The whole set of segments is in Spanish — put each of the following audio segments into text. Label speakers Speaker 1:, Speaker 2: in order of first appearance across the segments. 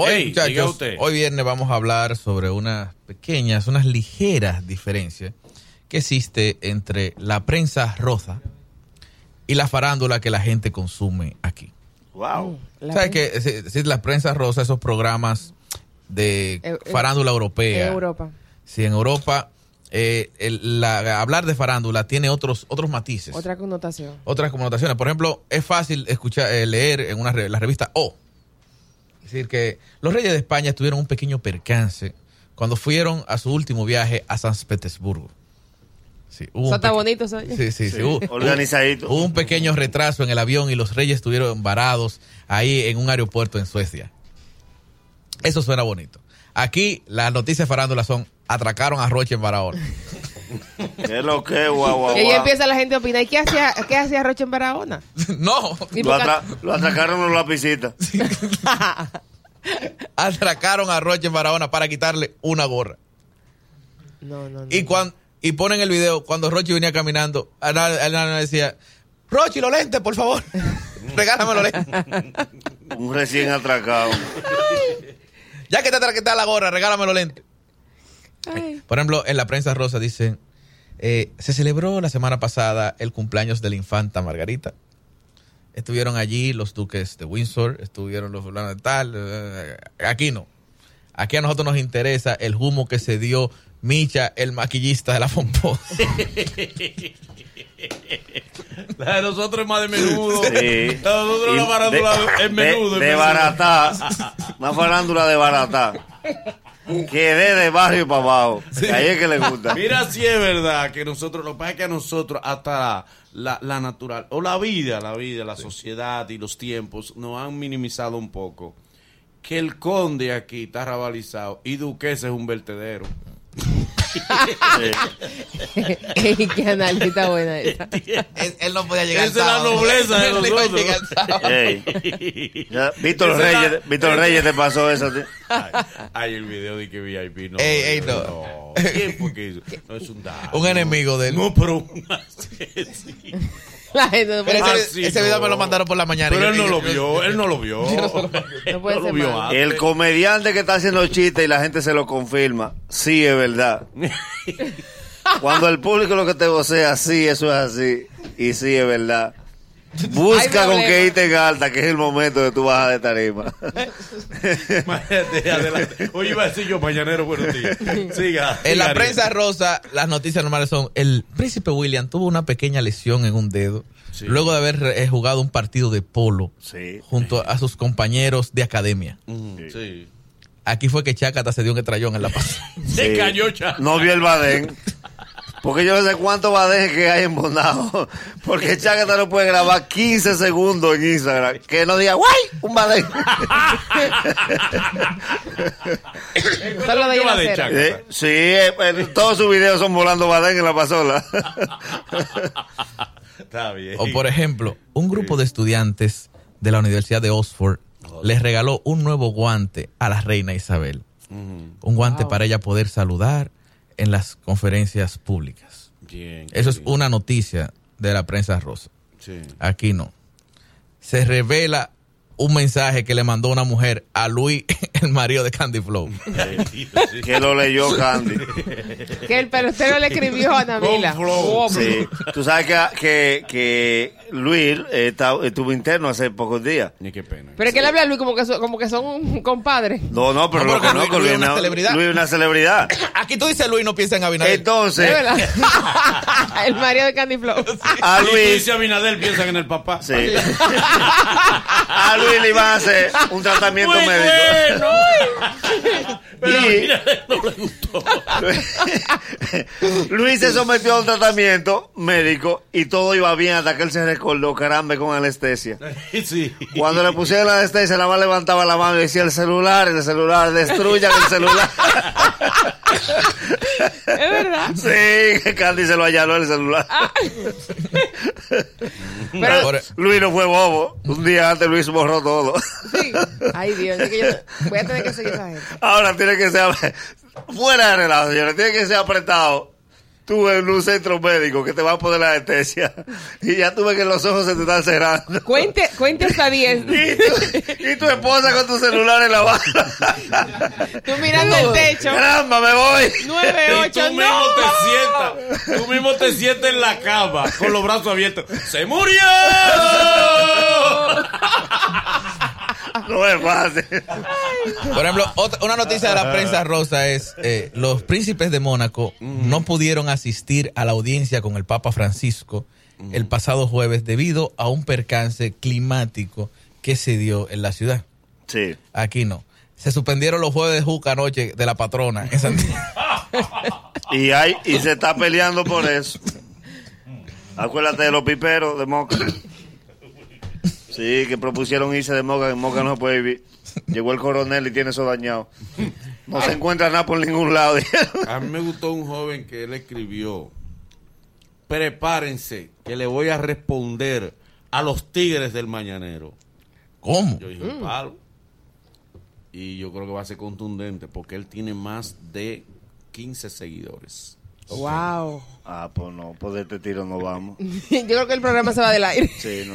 Speaker 1: Hoy,
Speaker 2: Ey,
Speaker 1: muchachos,
Speaker 2: diga usted.
Speaker 1: hoy viernes vamos a hablar sobre unas pequeñas, unas ligeras diferencias que existe entre la prensa rosa y la farándula que la gente consume aquí.
Speaker 3: Wow.
Speaker 1: ¿Sabes que es, es la prensa rosa, esos programas de
Speaker 3: Eu- eu-
Speaker 1: farándula europea?
Speaker 3: Europa.
Speaker 1: Sí, en Europa eh, el- la- hablar de farándula tiene otros otros matices,
Speaker 3: Otra connotación.
Speaker 1: otras connotaciones. Por ejemplo, es fácil escuchar eh, leer en una re- la revista O. Es decir, que los reyes de España tuvieron un pequeño percance cuando fueron a su último viaje a San Petersburgo. Sí, hubo
Speaker 3: Eso
Speaker 1: un
Speaker 3: está
Speaker 1: peque-
Speaker 3: bonito, eso.
Speaker 1: Uh, Sí, sí, sí. Hubo-
Speaker 2: Organizadito.
Speaker 1: Hubo un pequeño retraso en el avión y los reyes estuvieron varados ahí en un aeropuerto en Suecia. Eso suena bonito. Aquí las noticias farándulas son atracaron a Roche en Barahona.
Speaker 2: ¿Qué es lo que es, guau, guau,
Speaker 3: Y ahí
Speaker 2: guau?
Speaker 3: empieza la gente a opinar. ¿Y qué hacía, qué hacía Roche en Barahona?
Speaker 1: no,
Speaker 3: Y porque-
Speaker 2: Lo, atra- lo atacaron los lapicitas.
Speaker 1: atracaron a Roche en Barahona para quitarle una gorra.
Speaker 3: No, no, no.
Speaker 1: Y cuan- y ponen el video cuando Roche venía caminando, Ana- Ana decía, "Roche, los lentes, por favor. Regálame los lentes.
Speaker 2: Un recién atracado.
Speaker 1: Ya que te atraquetas la gorra, regálame los lentes."
Speaker 3: Ay.
Speaker 1: Por ejemplo, en la prensa rosa dicen, eh, se celebró la semana pasada el cumpleaños de la infanta Margarita. Estuvieron allí los duques de Windsor, estuvieron los fulanos de tal. eh, Aquí no. Aquí a nosotros nos interesa el humo que se dio Micha, el maquillista de la Fompos.
Speaker 2: La de nosotros es más de menudo.
Speaker 4: La de nosotros la farándula es menudo, es
Speaker 2: De,
Speaker 4: menudo.
Speaker 2: baratá. Una farándula de baratá. Que dé de barrio para abajo. Que Ahí es que le gusta.
Speaker 4: Mira si es verdad que nosotros, lo que pasa es que a nosotros hasta la, la natural, o la vida, la vida, la sociedad y los tiempos nos han minimizado un poco. Que el conde aquí está rabalizado y Duquesa es un vertedero.
Speaker 3: Ey, qué analista buena esta.
Speaker 1: él, él no podía
Speaker 4: Esa
Speaker 1: llegar
Speaker 4: es la nobleza de
Speaker 1: Él no iba a
Speaker 4: nosotros.
Speaker 1: llegar al sábado.
Speaker 2: Ey. Ya, Víctor
Speaker 4: Esa es la-
Speaker 2: Reyes, Víctor Reyes te pasó eso. a ti.
Speaker 4: Ay, ay, el video de que VIP no.
Speaker 1: Ey, ey, no.
Speaker 4: ¿Quién fue que hizo? No es un daño.
Speaker 1: Un enemigo de él.
Speaker 4: No, pero una sí.
Speaker 3: La gente no puede
Speaker 1: Pero
Speaker 3: ser-
Speaker 4: Ah,
Speaker 1: ese,
Speaker 4: sí,
Speaker 1: ese video
Speaker 4: no.
Speaker 1: me lo mandaron por la mañana.
Speaker 4: Pero
Speaker 1: Yo-
Speaker 4: él no
Speaker 1: yo-
Speaker 4: lo
Speaker 1: yo-
Speaker 4: vio, él no lo vio. Él
Speaker 3: No puede
Speaker 4: no lo
Speaker 3: ser
Speaker 4: vio
Speaker 3: malo.
Speaker 4: antes.
Speaker 2: El comediante que está haciendo chistes y la gente se lo confirma. Sí, es verdad. Cuando el público lo que te vocea, sí, eso es así. Y sí, es verdad. Busca
Speaker 3: Hay
Speaker 2: con
Speaker 3: problema.
Speaker 2: que irte en alta, que es el momento de tu baja de tarima.
Speaker 4: Imagínate, adelante. Hoy iba a decir yo, mañanero, buenos días. Siga.
Speaker 1: En la
Speaker 4: siga,
Speaker 1: prensa
Speaker 4: Ariel.
Speaker 1: rosa, las noticias normales son: el príncipe William tuvo una pequeña lesión en un dedo
Speaker 4: Sí.
Speaker 1: luego de haber eh, jugado un partido de polo
Speaker 2: Sí.
Speaker 1: junto a sus compañeros de academia.
Speaker 4: Ujú, Sí.
Speaker 1: Aquí fue que Chacata se dio un estrellón en la pasada.
Speaker 4: Se
Speaker 2: Sí.
Speaker 4: cayó, cha.
Speaker 2: No vio el Badén. Porque yo no sé cuánto Badén que hay en Bonao. Porque Chacata no puede grabar 15 segundos en Instagram. Que no diga, ¡guay! Un Badén.
Speaker 3: Solo de
Speaker 4: ¿Qué
Speaker 3: ella
Speaker 4: va
Speaker 3: la
Speaker 4: de
Speaker 3: cera.
Speaker 4: chaco?
Speaker 2: Eh, Sí, eh, eh, todos sus videos son volando Badén en la pasola.
Speaker 4: Está bien.
Speaker 1: O por ejemplo, un grupo de estudiantes de la Universidad de Oxford les regaló un nuevo guante a la reina Isabel. Un guante
Speaker 3: Wow.
Speaker 1: para ella poder saludar en las conferencias públicas.
Speaker 4: Bien.
Speaker 1: Eso es
Speaker 4: bien,
Speaker 1: una noticia de la prensa rosa.
Speaker 4: Sí.
Speaker 1: Aquí no. Se revela un mensaje que le mandó una mujer a Luis, el marido de Candy Flow.
Speaker 2: que lo leyó Candy.
Speaker 3: Que el pelotero le escribió a Oh, Namila.
Speaker 4: Con flow.
Speaker 3: Wow.
Speaker 2: Sí. Tú sabes que, que, que Luis eh, está- estuvo interno hace pocos días.
Speaker 4: Ni qué pena.
Speaker 3: Pero es que le habla a Luis como que, son- como que son un compadre.
Speaker 2: No, no, Ah, pero
Speaker 1: No,
Speaker 2: lo
Speaker 1: porque Luis-
Speaker 2: conozco.
Speaker 1: Luis
Speaker 2: Luis,
Speaker 1: es una
Speaker 2: no-
Speaker 1: celebridad.
Speaker 2: Luis es una celebridad.
Speaker 1: Aquí tú dices Luis, no piensa en Abinader.
Speaker 3: Es
Speaker 2: Entonces,
Speaker 3: verdad. el marido de Candy Flow.
Speaker 2: a
Speaker 4: Y tú
Speaker 2: Luis
Speaker 4: dices Abinader, piensan en el papá.
Speaker 2: Sí. a Luis le iban a hacer un tratamiento
Speaker 4: Muy
Speaker 2: médico.
Speaker 4: bueno. Pero
Speaker 2: Y-
Speaker 4: Abinader no le gustó.
Speaker 2: Luis se sometió a un tratamiento médico y todo iba bien hasta que él se recordó, caramba, con anestesia.
Speaker 4: Sí.
Speaker 2: Cuando le pusieron la anestesia, la más levantaba la mano y decía el celular, el celular, destruyan el celular.
Speaker 3: Es verdad.
Speaker 2: Sí, que Candy se lo allanó el celular.
Speaker 3: Pero-
Speaker 1: Ahora,
Speaker 2: Luis no fue bobo. Un día antes Luis borró todo.
Speaker 3: Sí. Ay, Dios, es que yo voy a tener que seguir esa gente.
Speaker 2: Ahora tiene que ser fuera de relajo, señores. Tiene que ser apretado. Tú en un centro médico que te va a poner la anestesia. Y ya tú ves que los ojos se te están cerrando.
Speaker 3: Cuente, cuente hasta 10.
Speaker 2: Y tu, y tu esposa con tu celular en la barra.
Speaker 3: Tú mirando el techo.
Speaker 2: Caramba, me voy.
Speaker 3: 9,
Speaker 4: Y
Speaker 3: 8,
Speaker 4: tú mismo
Speaker 3: no.
Speaker 4: te sientas, tú mismo te sientas en la cama con los brazos abiertos. ¡Se murió!
Speaker 2: No es fácil.
Speaker 1: por ejemplo, otra- una noticia de la prensa rosa es eh, los príncipes de Mónaco no pudieron asistir a la audiencia con el Papa Francisco el pasado jueves debido a un percance climático que se dio en la ciudad.
Speaker 2: Sí.
Speaker 1: Aquí no. Se suspendieron los jueves de Juca anoche de la patrona en Santiago.
Speaker 2: Y, hay, y se está peleando por eso. Acuérdate de los piperos de Moca. Sí, que propusieron irse de Moca, que en Moca no se puede vivir. Llegó el coronel y tiene eso dañado. No se encuentra nada por ningún lado. dijeron.
Speaker 4: A mí me gustó un joven que él escribió. Prepárense, que le voy a responder a los tigres del mañanero.
Speaker 1: ¿Cómo?
Speaker 4: Yo dije, palo. Y yo creo que va a ser contundente porque él tiene más de 15 seguidores.
Speaker 3: Wow.
Speaker 2: Ah, pues no, pues de este tiro no vamos.
Speaker 3: Yo creo que el programa se va del aire.
Speaker 2: Sí, no.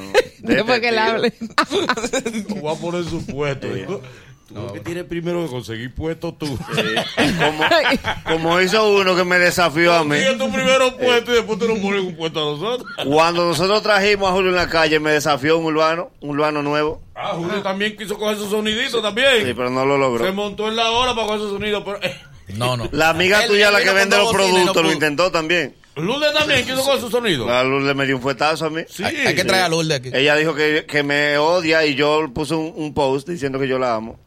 Speaker 2: de
Speaker 3: Después
Speaker 2: este
Speaker 3: que él
Speaker 2: tiro.
Speaker 3: hable.
Speaker 4: Voy a poner su puesto.
Speaker 2: Sí.
Speaker 4: Tú lo que tienes primero que conseguir puesto tú.
Speaker 2: Sí. Como, como hizo uno que me desafió a mí.
Speaker 4: Consigue tu primero puesto y después te lo pones un puesto a nosotros.
Speaker 2: Cuando nosotros trajimos a Julio en la calle, me desafió un urbano, un urbano nuevo.
Speaker 4: Ah, Julio también quiso coger esos soniditos
Speaker 2: Sí,
Speaker 4: también.
Speaker 2: pero no lo
Speaker 4: Se
Speaker 2: logró.
Speaker 4: montó en la hora para coger esos sonidos. Pero, eh,
Speaker 1: No, no.
Speaker 2: La amiga
Speaker 1: Él-
Speaker 2: tuya,
Speaker 1: él
Speaker 2: la que
Speaker 1: vino
Speaker 2: vende
Speaker 1: con
Speaker 2: los
Speaker 1: dos bocinas y no
Speaker 2: productos, lo
Speaker 1: pudo.
Speaker 2: intentó también.
Speaker 4: Lourdes también quiso coger sus sonidos.
Speaker 2: La luz le me dio un fuetazo a mí.
Speaker 4: Sí.
Speaker 1: Hay, hay que traer a Lourdes aquí.
Speaker 2: Ella dijo que, que me odia y yo puse un, un post diciendo que yo la amo.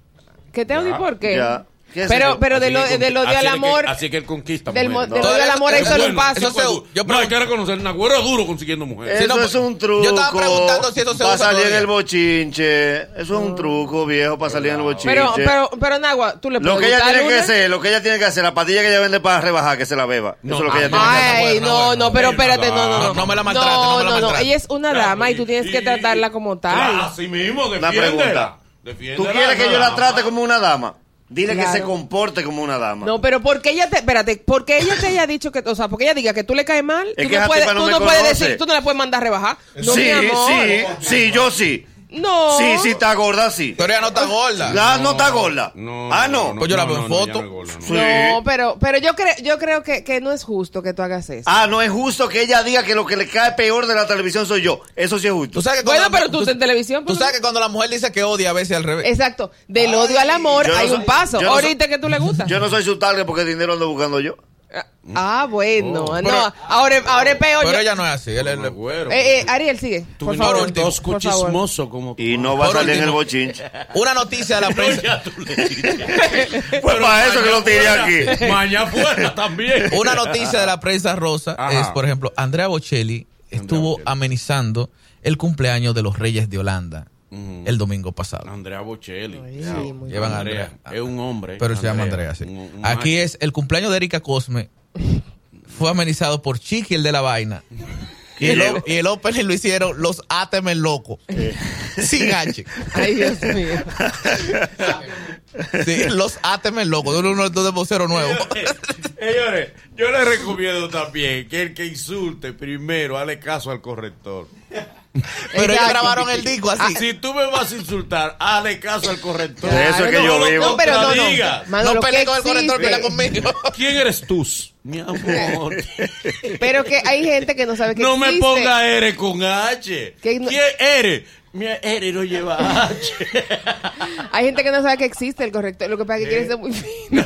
Speaker 3: ¿Qué te odio y por qué?
Speaker 2: ya. ¿Qué es
Speaker 3: Pero,
Speaker 2: eso?
Speaker 3: pero de
Speaker 4: Así
Speaker 3: lo,
Speaker 4: que
Speaker 3: de lo
Speaker 4: conqui-
Speaker 3: de
Speaker 4: así
Speaker 3: al
Speaker 4: es que-
Speaker 3: amor.
Speaker 4: así es que él conquista.
Speaker 3: del
Speaker 4: mujeres.
Speaker 3: mo- del odio al amor hay
Speaker 1: Eso
Speaker 3: solo
Speaker 1: es
Speaker 3: un
Speaker 1: bueno,
Speaker 3: paso.
Speaker 1: eso se-
Speaker 4: Yo
Speaker 1: yo
Speaker 4: no, hay que
Speaker 1: pregunto-
Speaker 4: reconocer, Nagüero es duro consiguiendo mujeres.
Speaker 1: Sí,
Speaker 2: Eso
Speaker 1: no, pues,
Speaker 2: es un truco.
Speaker 1: yo estaba preguntando si eso se
Speaker 2: Para
Speaker 1: usa
Speaker 2: salir en
Speaker 1: todavía.
Speaker 2: el bochinche. Eso es un truco viejo para salir en el bochinche.
Speaker 3: Ah. Pero, pero, pero, Nagua, tú le puedes
Speaker 2: lo que ella
Speaker 3: gustar a
Speaker 2: tiene que
Speaker 3: Lourdes?
Speaker 2: hacer, lo que ella tiene que hacer, la patilla que ella vende para rebajar, que se la beba.
Speaker 4: No,
Speaker 2: eso es lo que ella tiene que hacer.
Speaker 3: Ay, no, no, pero espérate, no, no, no.
Speaker 1: No, no me la maltrate, no me la
Speaker 3: No, no, no.
Speaker 1: maltrate.
Speaker 3: Ella es una dama y tú tienes que tratarla como tal.
Speaker 4: Así mismo,
Speaker 2: Una pregunta.
Speaker 4: defiéndela.
Speaker 2: ¿Tú
Speaker 4: Defiéndela,
Speaker 2: quieres que yo la
Speaker 4: nada
Speaker 2: trate
Speaker 4: más.
Speaker 2: como una dama? Dile que se
Speaker 3: Claro.
Speaker 2: comporte como una dama.
Speaker 3: No, pero porque ella te, espérate, porque ella te haya dicho que, o sea, porque ella diga que tú le caes mal,
Speaker 2: que
Speaker 3: tú
Speaker 2: esa
Speaker 3: no puedes,
Speaker 2: tipa no
Speaker 3: tú
Speaker 2: me
Speaker 3: no puedes
Speaker 2: conoce.
Speaker 3: decir, tú no la puedes mandar a rebajar. No,
Speaker 2: sí,
Speaker 3: mi amor.
Speaker 2: sí, sí, yo sí.
Speaker 3: No.
Speaker 2: Sí, sí, está gorda, sí.
Speaker 1: Pero ella no está gorda.
Speaker 2: Ah, no está gorda.
Speaker 4: No,
Speaker 2: ah, no.
Speaker 1: Pues yo la veo en
Speaker 4: ya
Speaker 1: foto.
Speaker 4: me gola, no.
Speaker 2: Sí.
Speaker 3: No, pero, pero yo creo, yo creo que, que no es justo que tú hagas eso.
Speaker 2: Ah, no es justo que ella diga que lo que le cae peor de la televisión soy yo. Eso sí es justo.
Speaker 1: Tú sabes que
Speaker 3: Bueno,
Speaker 1: cuando la-
Speaker 3: pero tú en televisión,
Speaker 1: Tú
Speaker 3: pues,
Speaker 1: sabes
Speaker 3: no.
Speaker 1: que cuando la mujer dice que odia a veces al revés.
Speaker 3: Exacto, del odio al amor
Speaker 2: yo no
Speaker 3: hay
Speaker 2: soy-
Speaker 3: un paso.
Speaker 2: yo no soy-
Speaker 3: Ahorita que tú le gustas.
Speaker 2: Yo no soy su target porque dinero ando buscando yo.
Speaker 3: Ah, bueno, no,
Speaker 1: Oh, Pero-
Speaker 3: ahora, ahora es peor.
Speaker 1: pero
Speaker 3: yo-
Speaker 1: ella no es así. él- él-
Speaker 4: Nagüero.
Speaker 3: Eh, eh, Ariel, sigue.
Speaker 4: Tú
Speaker 3: por
Speaker 4: mismo
Speaker 3: favor,
Speaker 4: eres dos
Speaker 3: por favor.
Speaker 4: cuchismoso como
Speaker 2: Y no va a
Speaker 1: Por
Speaker 2: salir en el
Speaker 1: último.
Speaker 2: bochinche.
Speaker 1: Una noticia de la prensa.
Speaker 2: Pues para eso que lo tiré aquí.
Speaker 4: Mañana fuera también.
Speaker 1: Una noticia de la prensa rosa
Speaker 4: Ajá.
Speaker 1: es, por ejemplo, Andrea Bocelli estuvo
Speaker 4: Bocelli.
Speaker 1: amenizando el cumpleaños de los Reyes de Holanda
Speaker 4: Mm.
Speaker 1: el domingo pasado.
Speaker 4: Andrea Bocelli.
Speaker 3: Sí,
Speaker 4: Claro.
Speaker 3: muy
Speaker 1: Llevan a
Speaker 4: Andrea.
Speaker 1: Andrea.
Speaker 4: Es un hombre.
Speaker 1: Pero se llama Andrea, sí.
Speaker 4: Un- un
Speaker 1: Aquí
Speaker 4: macho.
Speaker 1: es el cumpleaños de Erika Cosme. Fue amenizado por Chiqui, el de la vaina. Y el, o- y el opening lo hicieron los Atemen Loco. Sin H.
Speaker 3: Ay, Dios mío.
Speaker 1: Sí, los Atemen Loco. De uno de vocero nuevo.
Speaker 4: Señores, yo les recomiendo también que el que insulte primero, hale caso al corrector.
Speaker 1: Pero ellos
Speaker 3: Exacto.
Speaker 1: grabaron el disco así.
Speaker 4: Si tú me vas a insultar, hale caso al corrector.
Speaker 2: De eso es que yo
Speaker 4: lo
Speaker 2: vivo.
Speaker 3: No, pero no, no.
Speaker 4: contradigas.
Speaker 3: Mano,
Speaker 1: no
Speaker 3: lo
Speaker 1: peleé
Speaker 3: que
Speaker 1: con el corrector,
Speaker 3: existe-
Speaker 1: pelea conmigo.
Speaker 4: ¿Quién eres tú? Mi amor.
Speaker 3: Pero que hay gente que no sabe que
Speaker 4: No me
Speaker 3: existe.
Speaker 4: ponga R con H.
Speaker 3: Que no-
Speaker 4: ¿Quién eres? Mi R no lleva H.
Speaker 3: Hay gente que no sabe que existe el corrector. Lo que pasa es que quiere ser muy fino.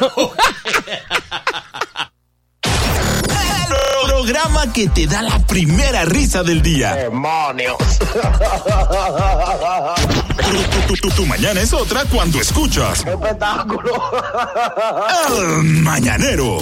Speaker 5: El programa que te da la primera risa del día. ¡Demonios! Tu, tu- tu- tu mañana es otra cuando escuchas. ¡Espectáculo! El Mañanero.